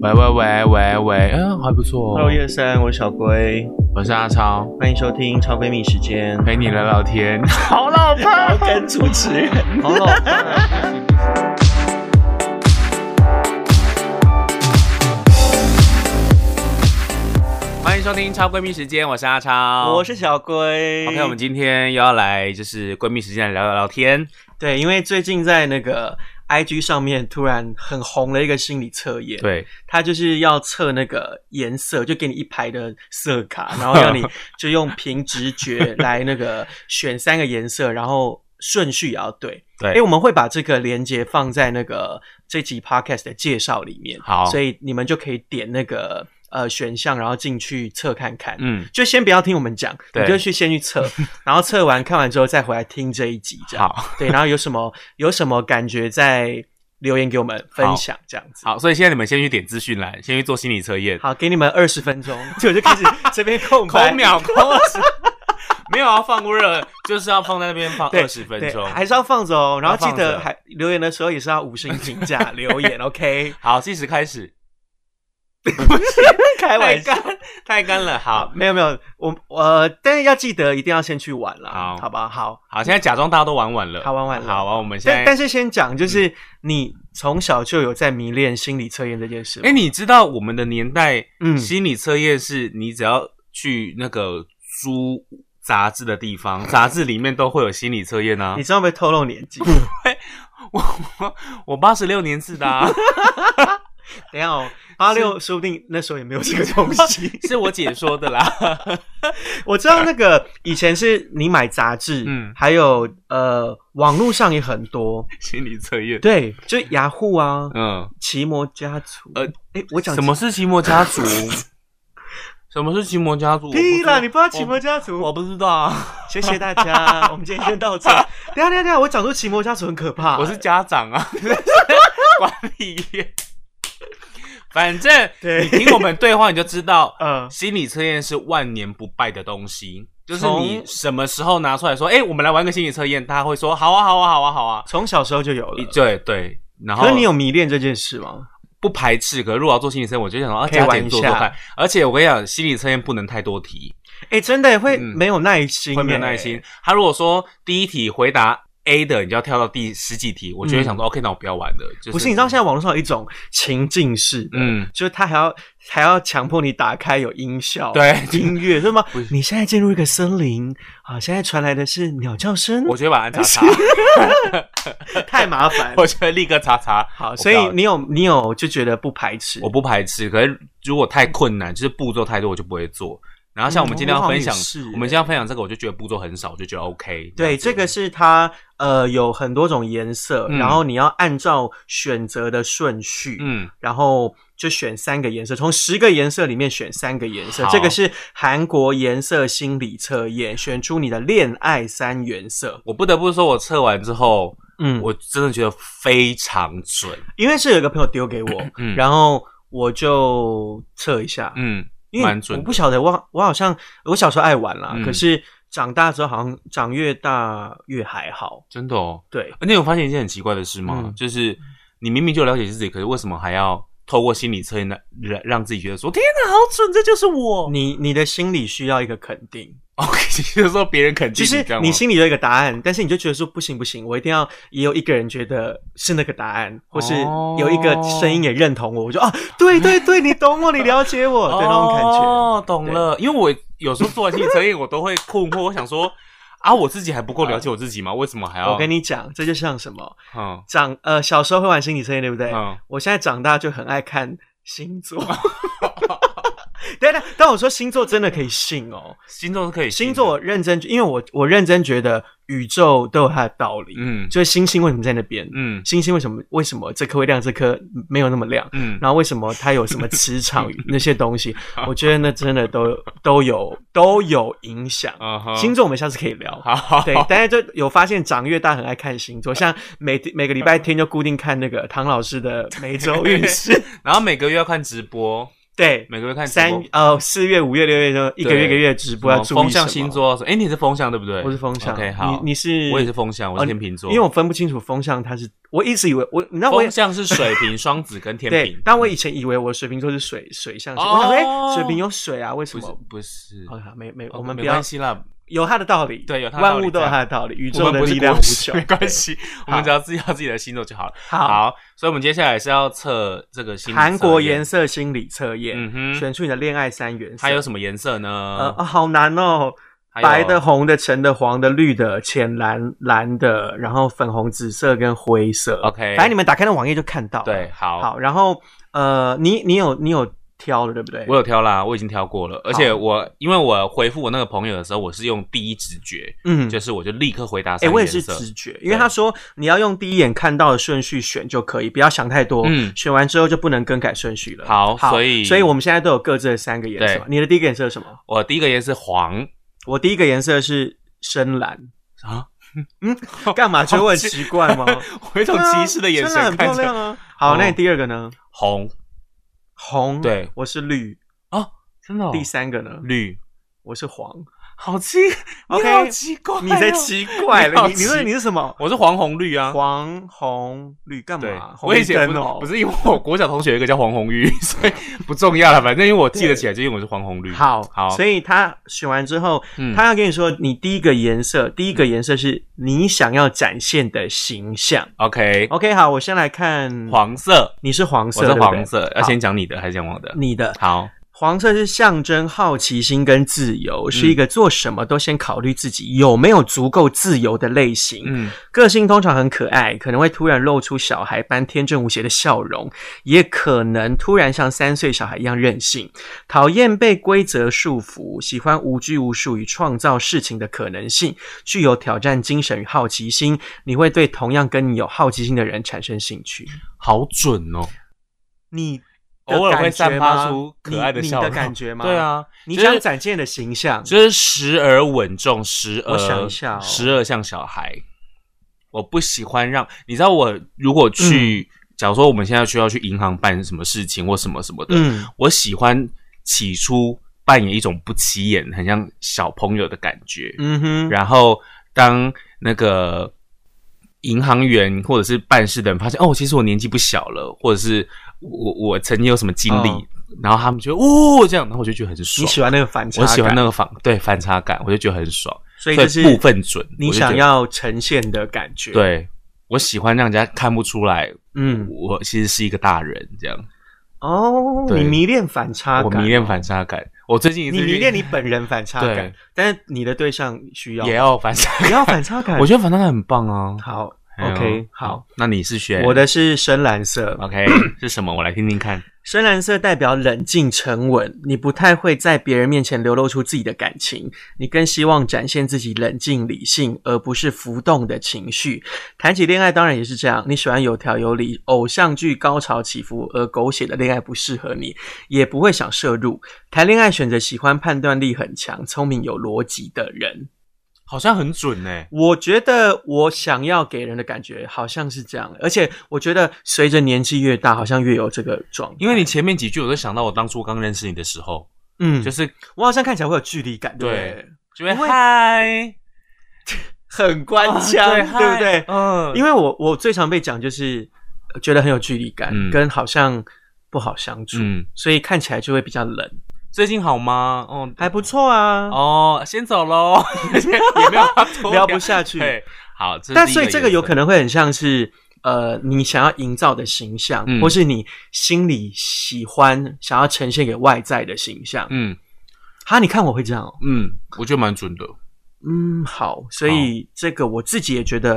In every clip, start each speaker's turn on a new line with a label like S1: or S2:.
S1: 喂喂喂喂喂，嗯，还不错、
S2: Hello，
S1: 哦。
S2: 叶三，我是小龟，
S1: 我是阿超，
S2: 欢迎收听超闺蜜时间。
S1: 陪你聊聊 天。好老婆，
S2: 要跟主持人，好老 派。
S1: 欢迎收听超闺蜜时间，我是阿超，
S2: 我是小龟。
S1: OK，我们今天又要来就是闺蜜时间来聊聊天。
S2: 对，因为最近在那个 IG 上面突然很红的一个心理测验，
S1: 对，
S2: 它就是要测那个颜色，就给你一排的色卡，然后让 你就用凭直觉来那个选三个颜色，然后顺序也要对。
S1: 对
S2: 哎，我们会把这个连接放在那个这集 podcast 的介绍里面，
S1: 好
S2: 所以你们就可以点那个呃选项，然后进去测看看。
S1: 嗯，
S2: 就先不要听我们讲，
S1: 对
S2: 你就去先 去测，然后测完看完之后再回来听这一集，这样
S1: 好
S2: 对。然后有什么有什么感觉再留言给我们分享，这样子。
S1: 好，所以现在你们先去点资讯栏，先去做心理测验，
S2: 好，给你们二十分钟，就就开始这边空白
S1: 空秒空二十， 没有要啊放过热，就是要放在那边放
S2: 对
S1: 二十分
S2: 对
S1: 钟。
S2: 还是要放着哦。然后记
S1: 要放
S2: 得
S1: 着
S2: 还留言的时候也是要五星评 价留言，OK？
S1: 好，计时开始，
S2: 开
S1: 太
S2: 玩笑。
S1: 干太干了。好
S2: 没有没有，我呃，但是要记得一定要先去玩啦，
S1: 好
S2: 好吧？好，
S1: 好，现在假装大家都玩完了，
S2: 好玩完了
S1: 好啊，我们现在
S2: 但但是先讲，就是你从小就有在迷恋心理测验这件事吗
S1: 哎、？你知道我们的年代，
S2: 嗯
S1: 心理测验是你只要去那个租杂志的地 方，杂志里面都会有心理测验啊
S2: 你。知道会不会透露年
S1: 嗯
S2: 纪？
S1: 我我我八十六年制的、 啊，
S2: 等一下哦，八六说不定那时候也没有这个东西。
S1: 是我姐说的 啦。
S2: 我知道那个以前是你买杂志，
S1: 嗯
S2: 还有呃，网络上也很多，
S1: 心理测验，
S2: 对，就雅虎啊，
S1: 嗯，
S2: 奇摩家族，
S1: 呃
S2: 呃，哎，我讲
S1: 什么是奇摩家 族？什么是奇摩家族？
S2: 屁啦？
S1: 了，
S2: 你不知道奇摩家族？
S1: 我不知道啊，
S2: 谢谢大家，我们今天先到这。等一下等一下等一下，我讲出奇摩家族很可怕、
S1: 我是家长 啊，管理员。反正
S2: 对
S1: 你听我们对话，你就知 道，
S2: 呃，
S1: 心理测验是万年不败的东西，就是
S2: 从
S1: 你什么时候拿出来说，哎、我们来玩个心理测验，大家会说好啊，好啊，好啊，好啊。
S2: 从小时候就有了。
S1: 对对，然后
S2: 可是你有迷恋这件事吗？
S1: 不排斥，可是如果要做心理测验，我就想说，啊，
S2: 可以
S1: 加
S2: 玩
S1: 减
S2: 一
S1: 做做
S2: 下
S1: 看。而且我跟你讲，心理测验不能太多题，
S2: 哎，真的会
S1: 嗯
S2: 没有耐心，
S1: 会没有耐心。。他如果说第一题回答 A 的，你就要跳到第十几题，我就会想说、o k 那我嗯不要玩了。就
S2: 不是，你知道现在网络上有一种情境式的，
S1: 嗯
S2: 就是他还要还要强迫你打开有音效，
S1: 对
S2: 音乐是吗
S1: 不是？
S2: 你现在进入一个森林啊，现在传来的是鸟叫声，
S1: 我觉得把它查查，
S2: 太麻烦。
S1: 我觉得立刻查查。
S2: 好，
S1: 我
S2: 所
S1: 不
S2: 以
S1: 要
S2: 你有你有就觉得不排斥
S1: 我，不排斥，可是如果太困难，就是步骤太多，我就不会做。然后像我们今天要分享，
S2: 嗯我好像也是欸
S1: 我们今天要分享这个，我就觉得步骤很少，我就觉得 OK 样子。
S2: 对，这个是它呃有很多种颜色，
S1: 嗯
S2: 然后你要按照选择的顺序，
S1: 嗯，
S2: 然后就选三个颜色，从十个颜色里面选三个颜色
S1: 好。
S2: 这个是韩国颜色心理测验，选出你的恋爱三原色。
S1: 我不得不说，我测完之后，
S2: 嗯，
S1: 我真的觉得非常准。
S2: 因为是有一个朋友丢给我，
S1: 嗯
S2: 然后我就测一下，
S1: 嗯，
S2: 因为
S1: 蛮准
S2: 我
S1: 的
S2: 不晓得我我好像我小时候爱玩啦，
S1: 嗯
S2: 可是长大之后好像长越大越还好。
S1: 真的哦。
S2: 对，
S1: 而且我发现一件很奇怪的事吗？
S2: 嗯
S1: 就是你明明就了解自己，可是为什么还要透过心理测验来让让自己觉得说，天哪，好准，这就是我。
S2: 你你的心里需要一个肯定，
S1: OK，就是说别人肯定
S2: 就
S1: 你
S2: 是
S1: 干嘛
S2: 你心里有一个答案，但是你就觉得说不行不行，我一定要也有一个人觉得是那个答案，或是
S1: 哦
S2: 有一个声音也认同我，我就啊，对对对，你懂我，你了解我，对那种感觉。
S1: 哦，懂了，因为我有时候做完心理测验，我都会困惑，我想说啊，我自己还不够了解我自己吗？为什么还要？
S2: 我跟你讲，这就像什么
S1: 嗯
S2: 长呃小时候会玩心理测验，对不对？
S1: 嗯，
S2: 我现在长大就很爱看星座。 对对，但我说星座真的可以信哦，
S1: 星座是可以信
S2: 星
S1: 的
S2: 座我认真，因为我我认真觉得宇宙都有它的道理，
S1: 嗯
S2: 就是星星为什么在那边，
S1: 嗯
S2: 星星为什么为什么这颗会亮，这颗没有那么亮？
S1: 嗯，
S2: 然后为什么它有什么 磁场那些东西？我觉得那真的都都有都有影响。
S1: 嗯哼
S2: 星座我们下次可以聊。
S1: 好好
S2: 对，大家就有发现长越大很爱看星座，像每 每个礼拜天就固定看那个唐老师的每周运势。
S1: 然后每个月要看直播，
S2: 对，
S1: 每个月看直
S2: 三
S1: 播
S2: 哦四月、五月、六月就一个
S1: 对
S2: 月一个月直播
S1: 什
S2: 要
S1: 么
S2: 注意
S1: 风象
S2: 什么
S1: 星，座什么？哎，你是风象对不对？
S2: 我是风象
S1: OK，好，
S2: 你你是
S1: 我也是风象，我
S2: 哦
S1: 是天秤座。
S2: 因为我分不清楚风象它是，我一直以为我你知道我也
S1: 风象是水瓶、双子跟天
S2: 对
S1: 平，，
S2: 但我以前以为我水瓶座是水水象星，
S1: 哦
S2: 我想说哎水瓶有水啊，为什
S1: 不是
S2: 么？
S1: 不是，
S2: 好像没没
S1: 哦
S2: 我们不
S1: 没
S2: 要
S1: 关系啦，
S2: 有它的道理，
S1: 对有它的道
S2: 万
S1: 理
S2: 物都有
S1: 在
S2: 它的道理，宇
S1: 我
S2: 宙
S1: 们
S2: 的
S1: 不是
S2: 力量
S1: 国
S2: 无
S1: 师
S2: 穷，
S1: 没关
S2: 对。
S1: 系，我们只要知道自己的星座就好了。
S2: 好
S1: 好，所以我们接下来是要测这个星座
S2: 韩国颜
S1: 色，
S2: 色心理测验，
S1: 嗯哼，
S2: 选出你的恋爱三原色。
S1: 它有什么颜色呢
S2: 呃、？啊好难哦，
S1: 还有
S2: 白的、红的、橙的、黄的、绿的、浅蓝、蓝的，然后粉红、紫色跟灰色。
S1: OK
S2: 反正你们打开那网页就看到了。
S1: 对，好，
S2: 好，然后呃，你你有你有挑了对不对？
S1: 我有挑啦，我已经挑过了，而且我因为我回复我那个朋友的时候，我是用第一直觉，
S2: 嗯，
S1: 就是我就立刻回答
S2: 哎、
S1: 三个
S2: 我也
S1: 颜
S2: 是
S1: 色。
S2: 直觉，因为他说你要用第一眼看到的顺序选就可以，不要想太多。
S1: 嗯
S2: 选完之后就不能更改顺序了。
S1: 好所以
S2: 所以我们现在都有各自的三个颜色
S1: 对
S2: 嘛。你的第一个颜色是什么？
S1: 我第一个颜色是黄
S2: 我第一个颜色是深蓝。 嗯
S1: 啊，
S2: 干嘛？觉得我很奇怪 吗？
S1: 我有一种
S2: 对啊
S1: 歧视的眼
S2: 深
S1: 神
S2: 蓝很
S1: 看
S2: 漂
S1: 着
S2: 亮啊。好，那你
S1: 哦
S2: 第二个呢？
S1: 红，
S2: 红。
S1: 对，
S2: 我是绿。
S1: 真的哦哦
S2: 第三个呢？
S1: 绿，
S2: 我是黄。
S1: 好奇
S2: OK，
S1: 你好奇怪哦，
S2: 你才奇怪
S1: 你好
S2: 了，你你说
S1: 奇
S2: 你是什么？
S1: 我是黄红绿啊，
S2: 黄红绿干
S1: 对
S2: 嘛？，红
S1: 我以
S2: 绿
S1: 前
S2: 灯
S1: 不是
S2: 哦，
S1: 不是因为我国小同学有一个叫黄红玉， 所以不重要了。反正因为我记得起来，就因为我是黄红绿。
S2: 好
S1: 嗯好，
S2: 所以他选完之后，
S1: 嗯
S2: 他要跟你说，你第一个颜色，第一个颜色是你想要展现的形象。
S1: OK，
S2: OK，好，我先来看，
S1: 黄色，
S2: 你是黄色，
S1: 我是
S2: 对不对
S1: 黄色，要先讲你的还是讲我的？
S2: 你的
S1: 好，
S2: 黄色是象征好奇心跟自由，是一个做什么都先考虑自己有没有足够自由的类型。
S1: 嗯，
S2: 个性通常很可爱，可能会突然露出小孩般天真无邪的笑容，也可能突然像三岁小孩一样任性。讨厌被规则束缚，喜欢无拘无束与创造事情的可能性，具有挑战精神与好奇心。你会对同样跟你有好奇心的人产生兴趣。
S1: 好准哦，
S2: 你的
S1: 偶尔会
S2: 感觉
S1: 散发
S2: 吗
S1: 出可爱
S2: 你
S1: 笑容
S2: 你的感觉吗？
S1: 对，啊，
S2: 你
S1: 就是
S2: 想展现的形象，
S1: 就是时而稳重，时而
S2: 我想一下哦
S1: 时而像小孩。我不喜欢让你知道，我如果去，
S2: 嗯
S1: 假如说我们现在需要去银行办什么事情或什么什么的，
S2: 嗯，
S1: 我喜欢起初扮演一种不起眼、很像小朋友的感觉，
S2: 嗯哼，
S1: 然后当那个银行员或者是办事的人发现，哦，其实我年纪不小了，或者是我我曾经有什么经历，
S2: 嗯
S1: 然后他们觉得哦这样，然后我就觉得很爽。
S2: 你喜欢那个反差
S1: 我喜欢那
S2: 个，
S1: 个反对反差感，我就觉得很爽，
S2: 所以这是
S1: 部分准。
S2: 你
S1: 我就觉得
S2: 想要呈现的感觉。，
S1: 对，我喜欢让人家看不出来，
S2: 嗯，
S1: 我其实是一个大人这样。
S2: 哦，
S1: 对
S2: 你迷恋反差
S1: 我
S2: 感，
S1: 迷恋，反差感，我最近一次
S2: 你
S1: 去
S2: 迷恋你本人反差感
S1: 对，
S2: 但是你的对象需要
S1: 也要反差感，
S2: 也要反差 感。
S1: 我觉得反差感很棒啊。
S2: 好
S1: 哎呦
S2: ，OK，好，，
S1: 那你是选
S2: 我的是深蓝色，
S1: OK 是什么？我来听听看。
S2: 深蓝色代表冷静沉稳，你不太会在别人面前流露出自己的感情，你更希望展现自己冷静理性，而不是浮动的情绪。谈起恋爱，当然也是这样，你喜欢有条有理，偶像剧高潮起伏，而狗血的恋爱不适合你，也不会想摄入。谈恋爱选择喜欢判断力很强、聪明有逻辑的人。
S1: 好像很准呢、
S2: 我觉得我想要给人的感觉好像是这样，而且我觉得随着年纪越大，好像越有这个状态。
S1: 因为你前面几句我都想到我当初刚认识你的时候，
S2: 嗯
S1: 就是
S2: 我好像看起来会有距离感，对不
S1: 对
S2: 对？
S1: 就会
S2: 因为
S1: 嗨，
S2: 很官 腔，
S1: 啊
S2: 对不对
S1: 嗨？嗯，
S2: 因
S1: 为
S2: 为我我最常被讲就是呃觉得很有距离感，
S1: 嗯
S2: 跟好像不好相处，
S1: 嗯
S2: 所以看起来就会比较冷，
S1: 最近好吗？哦，
S2: 还不错啊。
S1: 哦，先走喽，也没有要多
S2: 聊不下去
S1: 对，好，这是
S2: 但
S1: 第一
S2: 所以这个有可
S1: 颜
S2: 能会很像是。呃，你想要营造的形象，
S1: 嗯
S2: 或是你心里喜欢、想要呈现给外在的形象
S1: 色，，嗯
S2: 哈，你看我会这样哦，
S1: 嗯，我觉得蛮准的，
S2: 嗯，好，所以这个我自己也觉得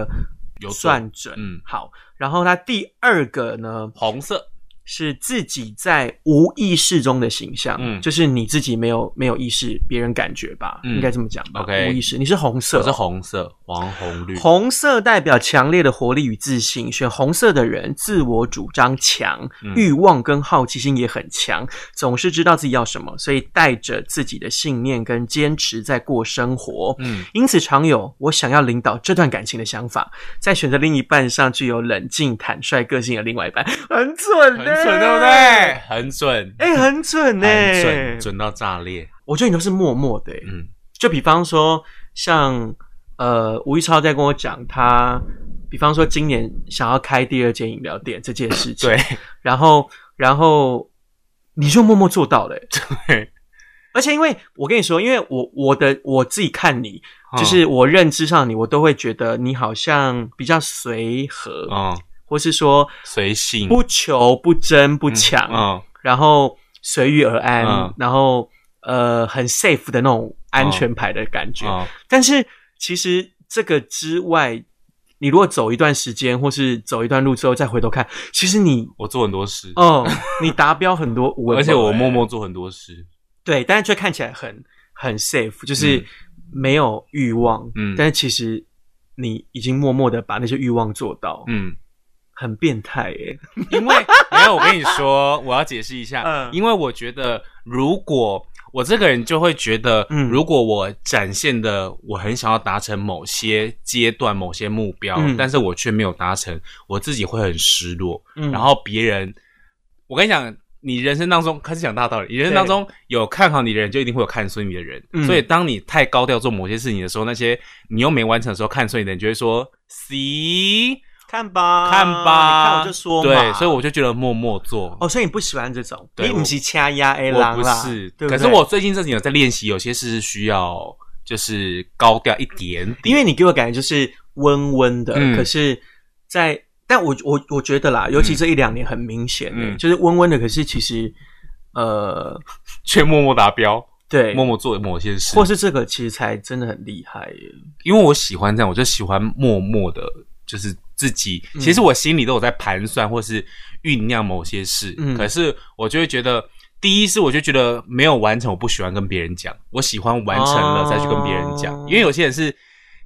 S1: 有准
S2: 算准，
S1: 嗯
S2: 好。然后它第二个呢，
S1: 红色，
S2: 是自己在无意识中的形象，
S1: 嗯
S2: 就是你自己没有没有意识，别人感觉吧，
S1: 嗯
S2: 应该这么讲吧
S1: OK
S2: 无意识。你是红色，
S1: 我是红色，黄红绿，
S2: 红色代表强烈的活力与自信，选红色的人自我主张强，
S1: 嗯
S2: 欲望跟好奇心也很强，总是知道自己要什么，所以带着自己的信念跟坚持在过生活。
S1: 嗯
S2: 因此常有我想要领导这段感情的想法，在选择另一半上具有冷静、坦率个性的另外一半，很准呢、
S1: 准，对不对？很准，
S2: 哎、很准呢、
S1: 很准，准到炸裂。
S2: 我觉得你都是默默的、
S1: 嗯，
S2: 就比方说像呃吴玉超在跟我讲他，比方说今年想要开第二间饮料店这件事情，
S1: 对，
S2: 然后然后你就默默做到了、欸，
S1: 对，
S2: 而且因为我跟你说，因为我我的我自己看你，
S1: 哦
S2: 就是我认知上你，我都会觉得你好像比较随和，
S1: 嗯，
S2: 或是说
S1: 随性，
S2: 不求不争不抢，
S1: 嗯，
S2: 然后随遇而安，
S1: 嗯
S2: 然后呃很 safe 的那种安全牌的感觉。
S1: 嗯，
S2: 但是其实这个之外，你如果走一段时间，或是走一段路之后再回头看，其实你
S1: 我做很多事，
S2: 哦，你达标很多无为，
S1: 而且我默默做很多事，
S2: 对，但是却看起来很很 safe，就是
S1: 嗯
S2: 没有欲望，
S1: 嗯
S2: 但是其实你已经默默的把那些欲望做到，
S1: 嗯，
S2: 很变态耶、
S1: 因为 没有，我跟你说，我要解释一下，
S2: 嗯
S1: 因为我觉得如果我这个人就会觉得，
S2: 嗯
S1: 如果我展现的我很想要达成某些阶段、某些目标，
S2: 嗯
S1: 但是我却没有达成，我自己会很失落。
S2: 嗯
S1: 然后别人，我跟你讲，你人生当中开始讲大道理，你人生当中有看好你的人，就一定会有看衰你的人。
S2: 嗯
S1: 所以，当你太高调做某些事情的时候，那些你又没完成的时候，看衰你的人就会说：“See，
S2: 看吧，
S1: 看吧，
S2: 你看我就说嘛，
S1: 对，所以我就觉得默默做。
S2: 哦，所以你不喜欢这种，
S1: 对
S2: 你不是掐压 A
S1: 我
S2: 郎
S1: 不
S2: 啦，
S1: 是，
S2: 对不
S1: 可
S2: 对
S1: 是我最近这几年有在练习，有些事是需要就是高调一点点，
S2: 因为你给我感觉就是温温的，
S1: 嗯
S2: 可是在，但我我我觉得啦，尤其这一两年很明显、欸，
S1: 嗯
S2: 就是温温的，可是其实呃，
S1: 却默默达标，
S2: 对，
S1: 默默做某些事
S2: 或，是这个其实才真的很厉害耶、
S1: 因为我喜欢这样，我就喜欢默默的，就是自己。
S2: 嗯
S1: 其实我心里都有在盘算或是酝酿某些事，
S2: 嗯
S1: 可是我就会觉得。第一是我就觉得没有完成，我不喜欢跟别人讲，我喜欢完成了
S2: 哦
S1: 再去跟别人讲，因为有些人是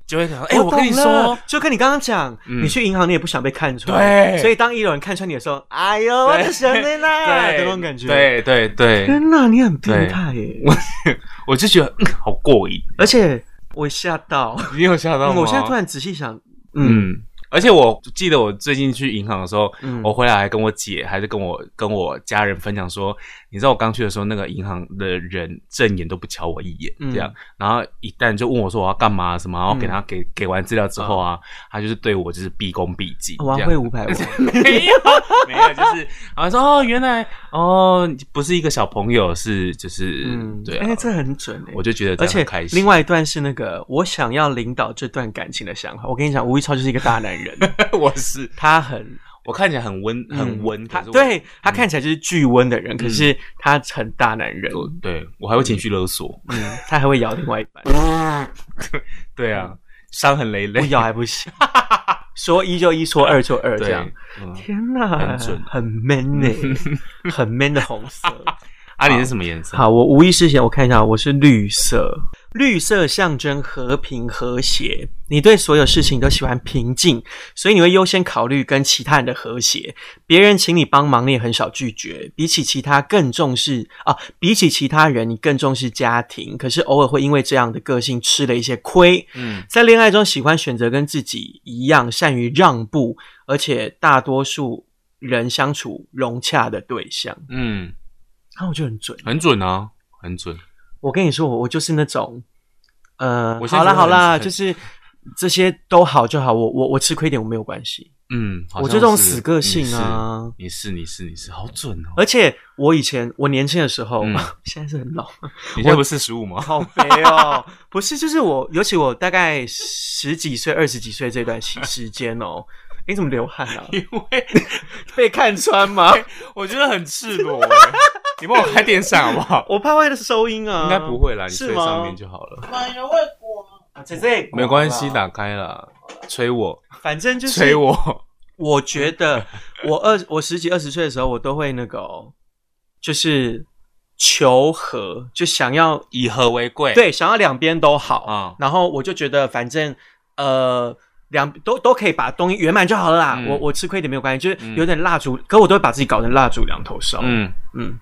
S1: 就会想说，哎、我跟你
S2: 懂了
S1: 说，，
S2: 就跟你刚刚讲，
S1: 嗯
S2: 你去银行你也不想被看穿，
S1: 对
S2: 所以当一有人看穿你的时候，哎呦，我的神的啦，的
S1: 对
S2: 那种感觉，，
S1: 对对对，
S2: 天哪，你很变态耶，
S1: 我就觉得、嗯、好过瘾，
S2: 而且我吓 到，
S1: 你有吓到吗？
S2: 嗯我现在突然仔细想，嗯
S1: 嗯，而且我记得我最近去银行的时候，
S2: 嗯
S1: 我回来还跟我姐还是跟我跟我家人分享说，你知道我刚去的时候，那个银行的人正眼都不瞧我一眼，
S2: 嗯
S1: 这样，然后一旦就问我说我要干嘛什么，然后给他给、给完资料之后啊，他就是对我就是毕恭毕敬，
S2: 哦我
S1: 这
S2: 要
S1: 样
S2: 汇五百万，
S1: 没有，没有，就是好像说哦，原来哦，不是一个小朋友，是就是、
S2: 嗯，
S1: 对、啊
S2: 哎，这很准哎
S1: 我。就觉得这
S2: 而
S1: 样很
S2: 且
S1: 开心。
S2: 另外一段是那个我想要领导这段感情的想法。我跟你讲，吴一超就是一个大 男人，
S1: 我是
S2: 他很
S1: 我看起来很温很
S2: 嗯
S1: 温，可
S2: 他
S1: 是我嗯
S2: 对他看起来就是巨温的人，可是他很大男人，
S1: 我对我还会情绪勒索，
S2: 嗯，他还会咬另外一半，
S1: 对啊，伤痕累
S2: 不
S1: 累，
S2: 咬还不行，说一就一，说二就二，这
S1: 对
S2: 样。，
S1: 嗯
S2: 天哪，
S1: 很准
S2: 很 man 呢、很 man 的红色。
S1: 啊，你是什么颜色？
S2: 好，我无意识前我看一下，我是绿色，绿色象征和平和谐。你对所有事情都喜欢平静，所以你会优先考虑跟其他人的和谐。别人请你帮忙，你也很少拒绝。比起其他更重视啊，比起其他人，你更重视家庭。可是偶尔会因为这样的个性吃了一些亏。
S1: 嗯
S2: 在恋爱中喜欢选择跟自己一样善于让步，而且大多数人相处融洽的对象，
S1: 嗯，
S2: 那、啊、我就很准。
S1: 很准啊，很准。
S2: 我跟你说，我我就是那种，呃，
S1: 我现在觉
S2: 好啦
S1: 得
S2: 好啦，
S1: 很
S2: 就是这些都好就好，我我我吃亏一点我没有关系，
S1: 嗯，好
S2: 我
S1: 像
S2: 就这种
S1: 是
S2: 死个性啊。
S1: 你是你是你是你是好准哦。
S2: 而且我以前我年轻的时候，
S1: 嗯
S2: 现在是很老，
S1: 你现在不是十五吗？
S2: 好肥哦，不是，就是我，尤其我大概十几岁、二十几岁这段时时间哦，你怎么流汗啊？
S1: 因为
S2: 被看穿吗？
S1: 我觉得很赤 裸欸，你帮我开电扇好不好？
S2: 我怕会收音啊，
S1: 应该不会啦，你
S2: 是
S1: 吹
S2: 吗？
S1: 上面就好了，
S3: 买了外国
S2: 啊这这
S1: 没关系，，打开了，吹我，
S2: 反正就是
S1: 吹我，
S2: 我觉得我二我十几二十岁的时候，我都会那个、哦，就是求和，就想要
S1: 以和为贵。，
S2: 对想要两边都好
S1: 嗯
S2: 然后我就觉得反正呃两都都可以把东西圆满就好了啦。
S1: 嗯
S2: 我我吃亏一点没有关系，就是有点蜡烛，可我都会把自己搞成蜡烛两头烧。
S1: 嗯，
S2: 嗯
S1: 哦
S2: 嗯，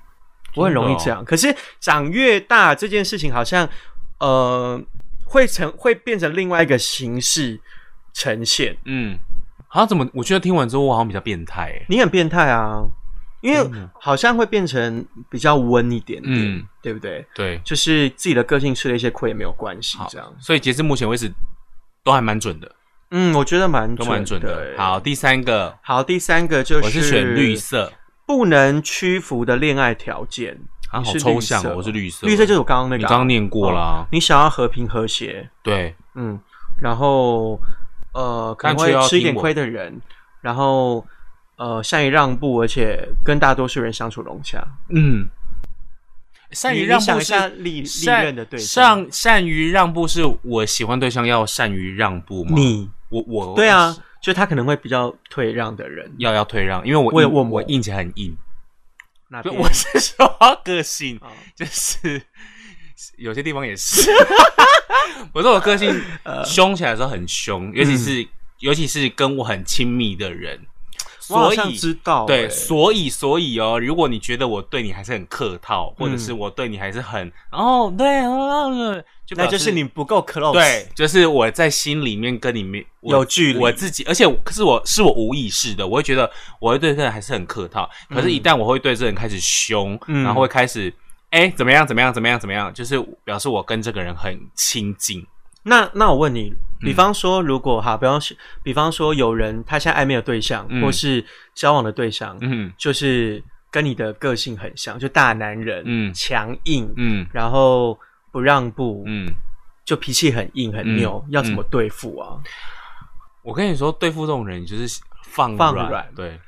S2: 我很容易这样。可是长越大这件事情，好像呃会成会变成另外一个形式呈现。
S1: 啊嗯，好、像怎么？我觉得听完之后，我好像比较变态欸。
S2: 你很变态啊！因为好像会变成比较温一点点，
S1: 嗯
S2: 对不对？
S1: 对，
S2: 就是自己的个性吃了一些亏也没有关系
S1: 好，
S2: 这样。
S1: 所以截至目前为止都还蛮准的，
S2: 嗯，我觉得蛮
S1: 都蛮准的
S2: 的。。欸
S1: 好，，第三个
S2: 好，第三个就是
S1: 我是选绿色，
S2: 不能屈服的恋爱条件。
S1: 啊，
S2: 你
S1: 好
S2: 是
S1: 抽
S2: 绿
S1: 象
S2: 色
S1: 哦，我是绿色，
S2: 绿色就是我刚刚那
S1: 你
S2: 个啊、
S1: 刚念过啦，
S2: 你想要和平和谐，
S1: 对，
S2: 嗯，然后呃，可能
S1: 但却
S2: 会
S1: 要
S2: 吃一点
S1: 听我
S2: 亏的人，然后呃，善于让步，而且跟大多数人相处融洽。
S1: 嗯，善
S2: 你
S1: 于
S2: 你
S1: 让
S2: 想
S1: 步
S2: 一
S1: 是
S2: 下历历
S1: 善
S2: 任的对象，
S1: 上善于让步是我喜欢对象要善于让步吗？
S2: 你
S1: 我我
S2: 对啊，就他可能会比较退让的人，
S1: 要要退让，因为我
S2: 为
S1: 硬
S2: 我啊
S1: 我
S2: 们
S1: 硬起来很硬，
S2: 那
S1: 所以
S2: 边
S1: 我是说个性
S2: 啊
S1: 就是有些地方也是， 我说我个 性
S2: 呃
S1: 凶起来的时候很凶，尤其
S2: 嗯
S1: 是尤其是跟我很亲密的人，
S2: 我好
S1: 所
S2: 像
S1: 以
S2: 知道、
S1: 对，
S2: 欸
S1: 所以所以哦，如果你觉得我对你还是很客套，或者
S2: 嗯
S1: 是我对你还是很哦对哦，就
S2: 那
S1: 表
S2: 就是
S1: 示
S2: 你不够 close，
S1: 对，，就是我在心里面跟你没我
S2: 有距离
S1: 我自己，而且我可是我是我无意识的，我会觉得我会对这个人还是很客套，可是，一旦我会对这个人开始凶，
S2: 嗯
S1: 然后会开始哎、诶怎么样怎么样怎么样怎么样，就是表示我跟这个人很亲近。
S2: 那那我问你，
S1: 嗯
S2: 比方说，如果哈，比方是比方说有人他现在暧昧的对象，
S1: 嗯
S2: 或是交往的对象，
S1: 嗯
S2: 就是跟你的个性很像，就大男人，
S1: 嗯
S2: 强硬，
S1: 嗯
S2: 然后不让步，
S1: 嗯，
S2: 就脾气很硬很拗，要怎么对付啊？
S1: 我跟你说，对付这种人，你就是放
S2: 放
S1: 软，
S2: 软
S1: 对，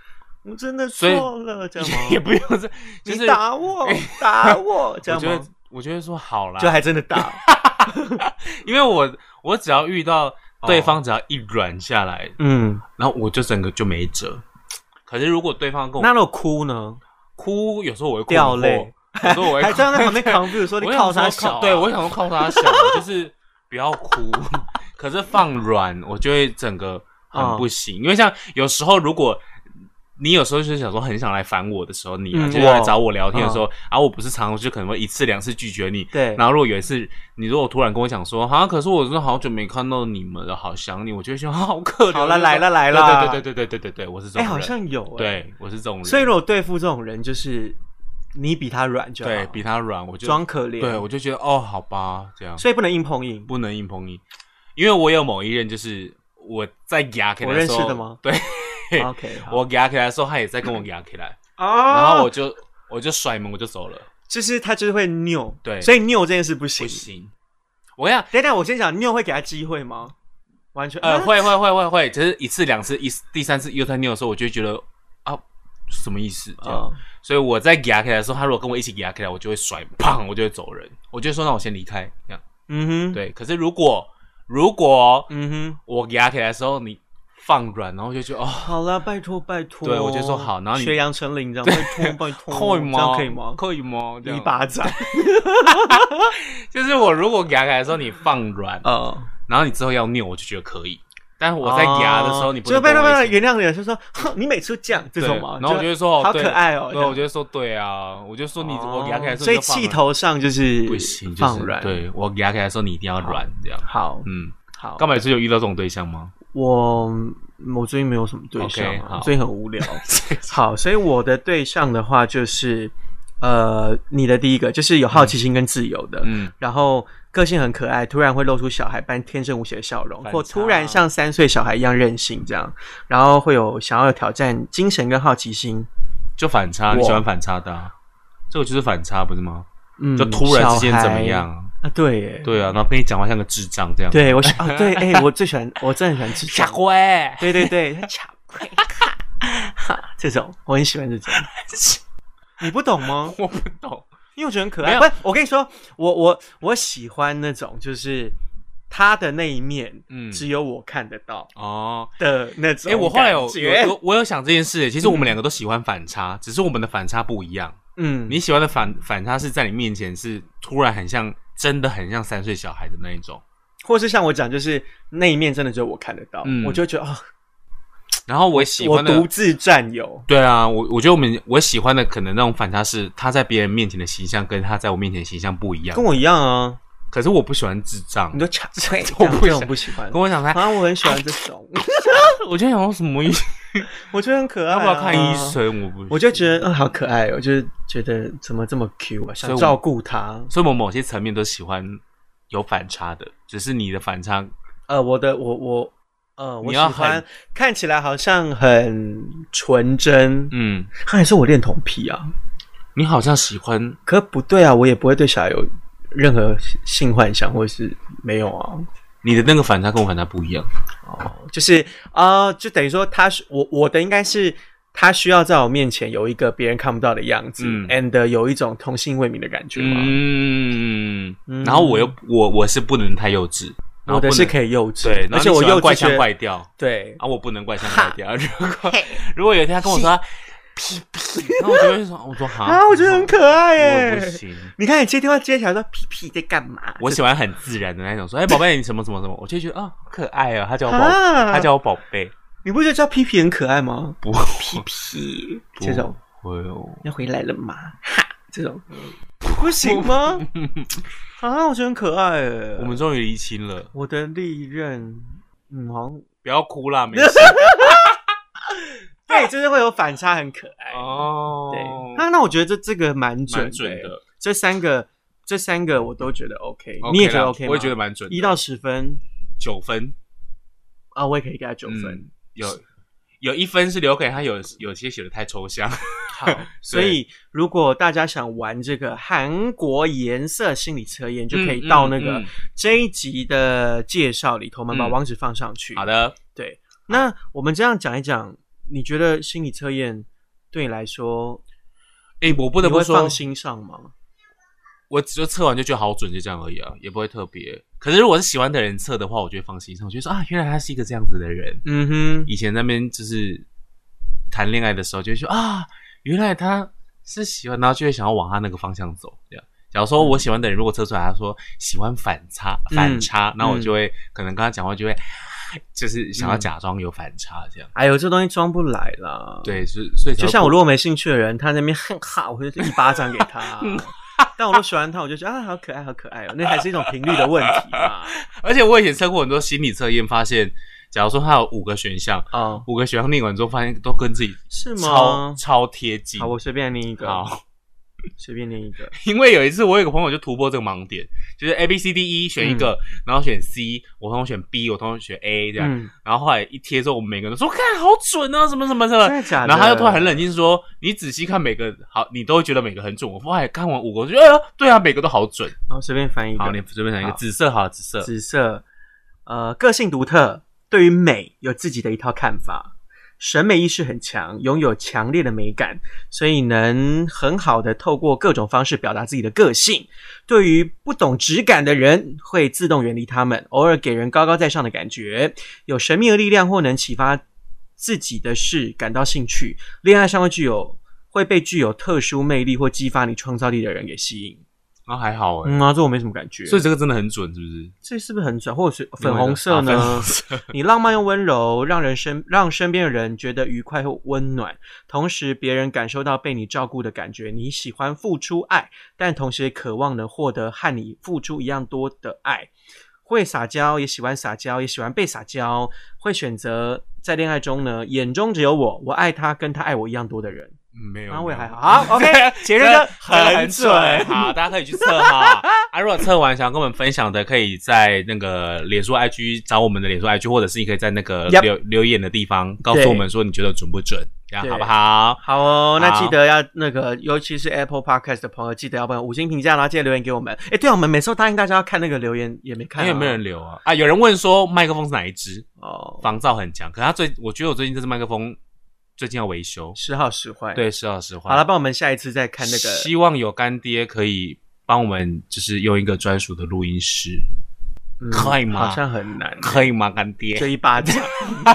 S2: 我真的
S1: 嗯所以？
S2: 错了，这样吗
S1: 也不用这，就是
S2: 你 打我，打我，这
S1: 我
S2: 样
S1: 觉得
S2: 吗？
S1: 我觉得说好啦，
S2: 就还真的 打，
S1: 因为我我只要遇到对
S2: 哦
S1: 方只要一软下来，
S2: 嗯，
S1: 然后我就整个就没辙。可是如果对方跟我
S2: 那如果哭呢？
S1: 哭，有时候我会困惑
S2: 掉泪，
S1: 有时候我 会
S2: 还站在旁边 confuse 说
S1: 我
S2: 你
S1: 想说
S2: 靠啥小啊？
S1: 对我想说靠他小，啊就是不要哭。 可是放软，我就会整个很不行，因为像有时候如果。你有时候就是想说很想来烦我的时候，你、啊
S2: 嗯
S1: 就是来
S2: 我嗯
S1: 找我聊天的时候，啊，我不是常常就可能会一次两次拒绝你，
S2: 对哎
S1: 然后如果有一次你如果突然跟我讲说，好、啊，可是我真的好久没看到你们了，好想你，我就会说好可怜。
S2: 好
S1: 就
S2: 了
S1: 是
S2: 来了来了
S1: 对对对对对对对对，我是这
S2: 哎、
S1: 种人。
S2: 好像有、哎。
S1: 对，我是这种人。
S2: 所以如果对付这种人，就是你比他软就好，
S1: 对比他软，我就
S2: 啊装可怜，
S1: 对我就觉得哦，好吧，这样
S2: 所以不能硬碰硬。
S1: 不能硬碰硬，因为我有某一任就是我在压起来
S2: 我
S1: 的
S2: 认
S1: 时
S2: 识
S1: 候，
S2: 的吗
S1: 对，
S2: OK，好哦
S1: 我压起来的时候，他也在跟我压起来，
S2: 啊
S1: 然后我就我就甩门我就走了，
S2: 就是他就是会拗，
S1: 对
S2: 所以拗这件事不行
S1: 不。行，我跟你讲，
S2: 等等，我先讲拗会给他机会吗？完全
S1: 呃，
S2: 啊
S1: 会会会会会，只是一次两次，一第三次又在扭的时候，我就会觉得啊，什么意思？这样，
S2: 啊
S1: 所以我在压起来的时候，他如果跟我一起压起来，我就会甩，砰，我就会走人，我就会说那我先离开，这样
S2: 嗯哼，，
S1: 对。可是如果如果
S2: 嗯
S1: 我压起来的时候，你放软，然后就觉得哦，
S2: 哼，好啦，拜托拜托，
S1: 对我就说好然后你
S2: 学杨丞琳这样，拜托 拜托，
S1: 可以
S2: 哦这
S1: 吗？
S2: 样可以吗？
S1: 可以吗？这
S2: 一
S1: 样
S2: 巴掌，
S1: 就是我如果压起来的时候你放软，
S2: 呃，
S1: 然后你之后要扭，我就觉得可以。但是哦我在压的时候，
S2: 哦
S1: 你不
S2: 就
S1: 能
S2: 拜
S1: 跟
S2: 托
S1: 我
S2: 拜托
S1: 一起
S2: 原谅人，就说哼你每次都这样这
S1: 对
S2: 种嘛，
S1: 然后我就会说
S2: 好
S1: 对
S2: 可爱哦，这
S1: 对，
S2: 样
S1: 我就说对啊，我就说你我压起来的时候
S2: 哦所
S1: 你
S2: 以
S1: 就放软，
S2: 气头上就是
S1: 不行，就是
S2: 放软。，哦
S1: 对我压起来的时候你一定要软，这样。
S2: 好
S1: 嗯，
S2: 好，
S1: 刚买是有遇到这种对象 吗？
S2: 我我最近没有什么对象啊
S1: OK，好
S2: 最近很无聊。好，所以我的对象的话就是，呃，你的第一个就是有好奇心跟自由的，
S1: 嗯，
S2: 然后个性很可爱，突然会露出小孩般天真无邪的笑容，
S1: 反差
S2: 或突然像三岁小孩一样任性这样，然后会有想要有挑战精神跟好奇心，
S1: 就反差，
S2: 我
S1: 你喜欢反差的啊，这个就是反差，不是吗？
S2: 嗯，
S1: 就突然之间怎么
S2: 小孩
S1: 样？
S2: 啊？对耶，
S1: 对啊，然后跟你讲话像个智障这样。
S2: 对我喜啊，对，哎、我最喜欢，我真的很喜欢吃
S1: 傻瓜。
S2: 对对对， 他巧克力卡，这种我很喜欢这种。 你不懂吗？
S1: 我不懂。
S2: 因为我觉得很可
S1: 没
S2: 爱。
S1: 有
S2: 不是，我跟你说，我我我喜欢那种，就是他的那一面，
S1: 嗯
S2: 只有我看得到
S1: 哦，
S2: 的那
S1: 哎、
S2: 种。
S1: 我后来有有
S2: 觉，
S1: 有我有想这件事，其实我们两个都喜欢反差，只是我们的反差不一样。
S2: 嗯，
S1: 你喜欢的反反差是在你面前是突然很像，真的很像三岁小孩的那一种。
S2: 或是像我讲，就是那一面真的只有我看得到，
S1: 嗯
S2: 我就觉得哦，
S1: 然后我喜
S2: 我
S1: 欢
S2: 独
S1: 的，
S2: 自占有。
S1: 对啊，我我觉得我们我喜欢的可能那种反差是他在别人面前的形象跟他在我面前的形象不一样
S2: 跟。我一样啊，
S1: 可是我不喜欢智障
S2: 你，都插嘴，
S1: 我不
S2: 这种
S1: 想
S2: 不喜欢
S1: 跟。我讲他，
S2: 啊，我很喜欢这种，
S1: 我就想说什么意思？
S2: 我觉得很可爱、
S1: 要
S2: 啊。
S1: 不要看医？生？我不，
S2: 我就觉得，嗯，好可爱哦，就是觉得怎么这么 Q 啊，
S1: 以
S2: 想
S1: 我
S2: 照顾他。
S1: 所以我某些层面都喜欢有反差的，只是你的反差
S2: 呃，我的，我我，呃，我
S1: 你
S2: 喜
S1: 要
S2: 欢
S1: 很
S2: 看起来好像很纯真，
S1: 嗯，
S2: 他也是我恋童癖啊。
S1: 你好像喜欢
S2: 可不对啊，我也不会对小孩有任何性幻想，或者是没有啊。
S1: 你的那个反差跟我反差不一样。
S2: 就是啊、呃就等于说他是我我的应该是他需要在我面前有一个别人看不到的样子、
S1: 嗯
S2: a n d 有一种童心未泯的感觉嘛。
S1: 嗯，
S2: 嗯
S1: 然后我又我我是不能太幼稚，然后
S2: 我的
S1: 啊不
S2: 是
S1: 能
S2: 可以幼稚，
S1: 对，然后
S2: 而且
S1: 你
S2: 我
S1: 喜欢
S2: 幼稚
S1: 怪
S2: 觉
S1: 腔
S2: 得
S1: 怪调
S2: 对，
S1: 啊，我不能怪腔怪调。如果如果有一天他跟我说屁屁， 然后我就会说，我说好
S2: 啊，我觉得很可爱
S1: 我不
S2: 耶。
S1: 行。
S2: 你看你接电话接起来说屁屁在干嘛？
S1: 我喜欢很自然的那种，说哎宝贝你什么什么什么，我就觉得啊、好可爱啊，他叫我宝，
S2: 啊
S1: 他叫我宝贝，
S2: 你不觉得叫屁屁很可爱吗？
S1: 不
S2: 屁屁
S1: 不
S2: 这种
S1: 会哦，
S2: 要回来了吗？哈，这种不行吗？ 啊，我觉得很可爱耶。
S1: 我们终于离清了，
S2: 我的利刃，嗯，好像
S1: 不要哭 啦，没事
S2: 对，就是哎会有反差，很可爱。
S1: 哦，
S2: 对，那那我觉得这这个蛮准
S1: 蛮准
S2: 的
S1: 的
S2: 欸。这三个这三个我都觉得
S1: OK
S2: OK，,
S1: 啦，
S2: 你也觉得 OK 吗？
S1: 我也觉得蛮准的，
S2: 一到十分
S1: 九分，
S2: 啊，我也可以给他九分。
S1: 嗯，有有一分是留给他有有些写的太抽象，
S2: 好，所以如果大家想玩这个韩国颜色心理测验，就可以到那个、
S1: 嗯嗯
S2: 这一集的介绍里头，我们把
S1: 嗯
S2: 网址放上去。
S1: 嗯好，的，
S2: 对。那我们这样讲一讲，你觉得心理测验对你来说，
S1: 哎，我不得
S2: 你
S1: 不
S2: 会
S1: 说
S2: 放，心上吗？
S1: 我只就测完就觉得好准，就这样而已啊，也不会特别。可是如果是喜欢的人测的话，我就会放心上，我就会说啊，原来他是一个这样子的人，
S2: 嗯哼，
S1: 以前那边就是谈恋爱的时候，就会说啊，原来他是喜欢，然后就会想要往他那个方向走。这样，假如说我喜欢的人如果测出来，他说喜欢反差，
S2: 嗯
S1: 反差，那、我
S2: 嗯
S1: 就会可能跟他讲话，就会就是想要假装有反差这样。
S2: 哎呦，这东西装不来啦。，
S1: 对，所以所以才
S2: 就
S1: 会
S2: 像我
S1: 不
S2: 如果没兴趣的人，他在那边哼哈，我就一巴掌给他。
S1: 嗯
S2: 但我都喜欢他，我就觉得啊，好可爱，好可爱哦。那还是一种频率的问题 嘛。
S1: 而且我以前测过很多心理测验，发现假如说他有五个选项，
S2: 哦，
S1: 五个选项念完之后，发现都跟自己
S2: 是
S1: 超
S2: 吗？
S1: 超贴近
S2: 好，。我随便念一个，
S1: 好，
S2: 随便念一个。
S1: 因为有一次我有个朋友就突破这个盲点，就是 A B C D E 选一个，然后选 C，我同学选 B，我同学选 A 这样，
S2: 嗯，
S1: 然后后来一贴之后，我们每个人都说看好准啊，什么什么什么
S2: 真，的假的？
S1: 然后他就突然很冷静说，你仔细看每个好，你都会觉得每个很准。我后来看完五个，我就觉得哎呦，对啊，每个都好准。
S2: 好，随便翻一个。
S1: 好，你随便讲一个
S2: 嗯好
S1: 紫色，好了，紫色，
S2: 紫色，呃，个性独特，对于美有自己的一套看法，审美意识很强，拥有强烈的美感，所以能很好的透过各种方式表达自己的个性。对于不懂质感的人，会自动远离他们，偶尔给人高高在上的感觉，有神秘的力量或能启发自己的事感到兴趣，恋爱上会具有。会被具有特殊魅力或激发你创造力的人给吸引。
S1: 然后还好哎、
S2: 嗯啊，这我没什么感觉。
S1: 所以这个真的很准，是不是？
S2: 这是不是很准？或者是粉红色
S1: 啊粉红
S2: 呢？
S1: 色
S2: 你浪漫又温柔，让人身让身边的人觉得愉快又温暖，同时别人感受到被你照顾的感觉。你喜欢付出爱，但同时也渴望能获得和你付出一样多的爱。会撒娇，也喜欢撒娇，也喜欢被撒娇。会选择在恋爱中呢，眼中只有我，我爱他，跟他爱我一样多的人。
S1: 嗯没有，
S2: 那我也
S1: 没
S2: 还
S1: 有
S2: 好。好，OK，结论就很准。
S1: 好，大家可以去测哈。 啊，如果测完想要跟我们分享的，可以在那个脸书 IG 找我们的脸书 IG，或者是你可以在那个
S2: Yep
S1: 留留言的地方告诉我们说你觉得准不准，这样
S2: 对
S1: 好不好？
S2: 好哦，那
S1: 好
S2: 记得要那个，尤其是 Apple Podcast 的朋友，记得要帮我们五星评价，然后记得留言给我们。哎，对啊，我们每次都答应大家要看那个留言，也没看、
S1: 因
S2: 啊，
S1: 为没有人留啊啊！有人问说麦克风是哪一支？
S2: 哦，
S1: 防噪很强，可他最我觉得我最近这支麦克风最近要维修，
S2: 时好时坏。，
S1: 对，是啊，实话。
S2: 好了，帮我们下一次再看那个。
S1: 希望有干爹可以帮我们，就是用一个专属的录音师，
S2: 嗯
S1: 可以吗
S2: 好像很难，
S1: 可以吗？干爹，
S2: 就一巴掌，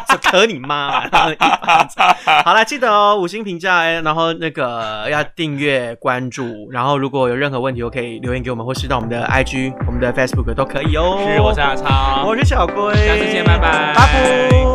S2: 就可你妈 啊！然后一巴掌。好了，记得哦，五星评价，哎然后那个要订阅关注，然后如果有任何问题，都可以留言给我们，或是到我们的 IG、我们的 Facebook 都可以哦。
S1: 是我是阿超，
S2: 我是小龟，
S1: 下次见拜拜
S2: 拜拜。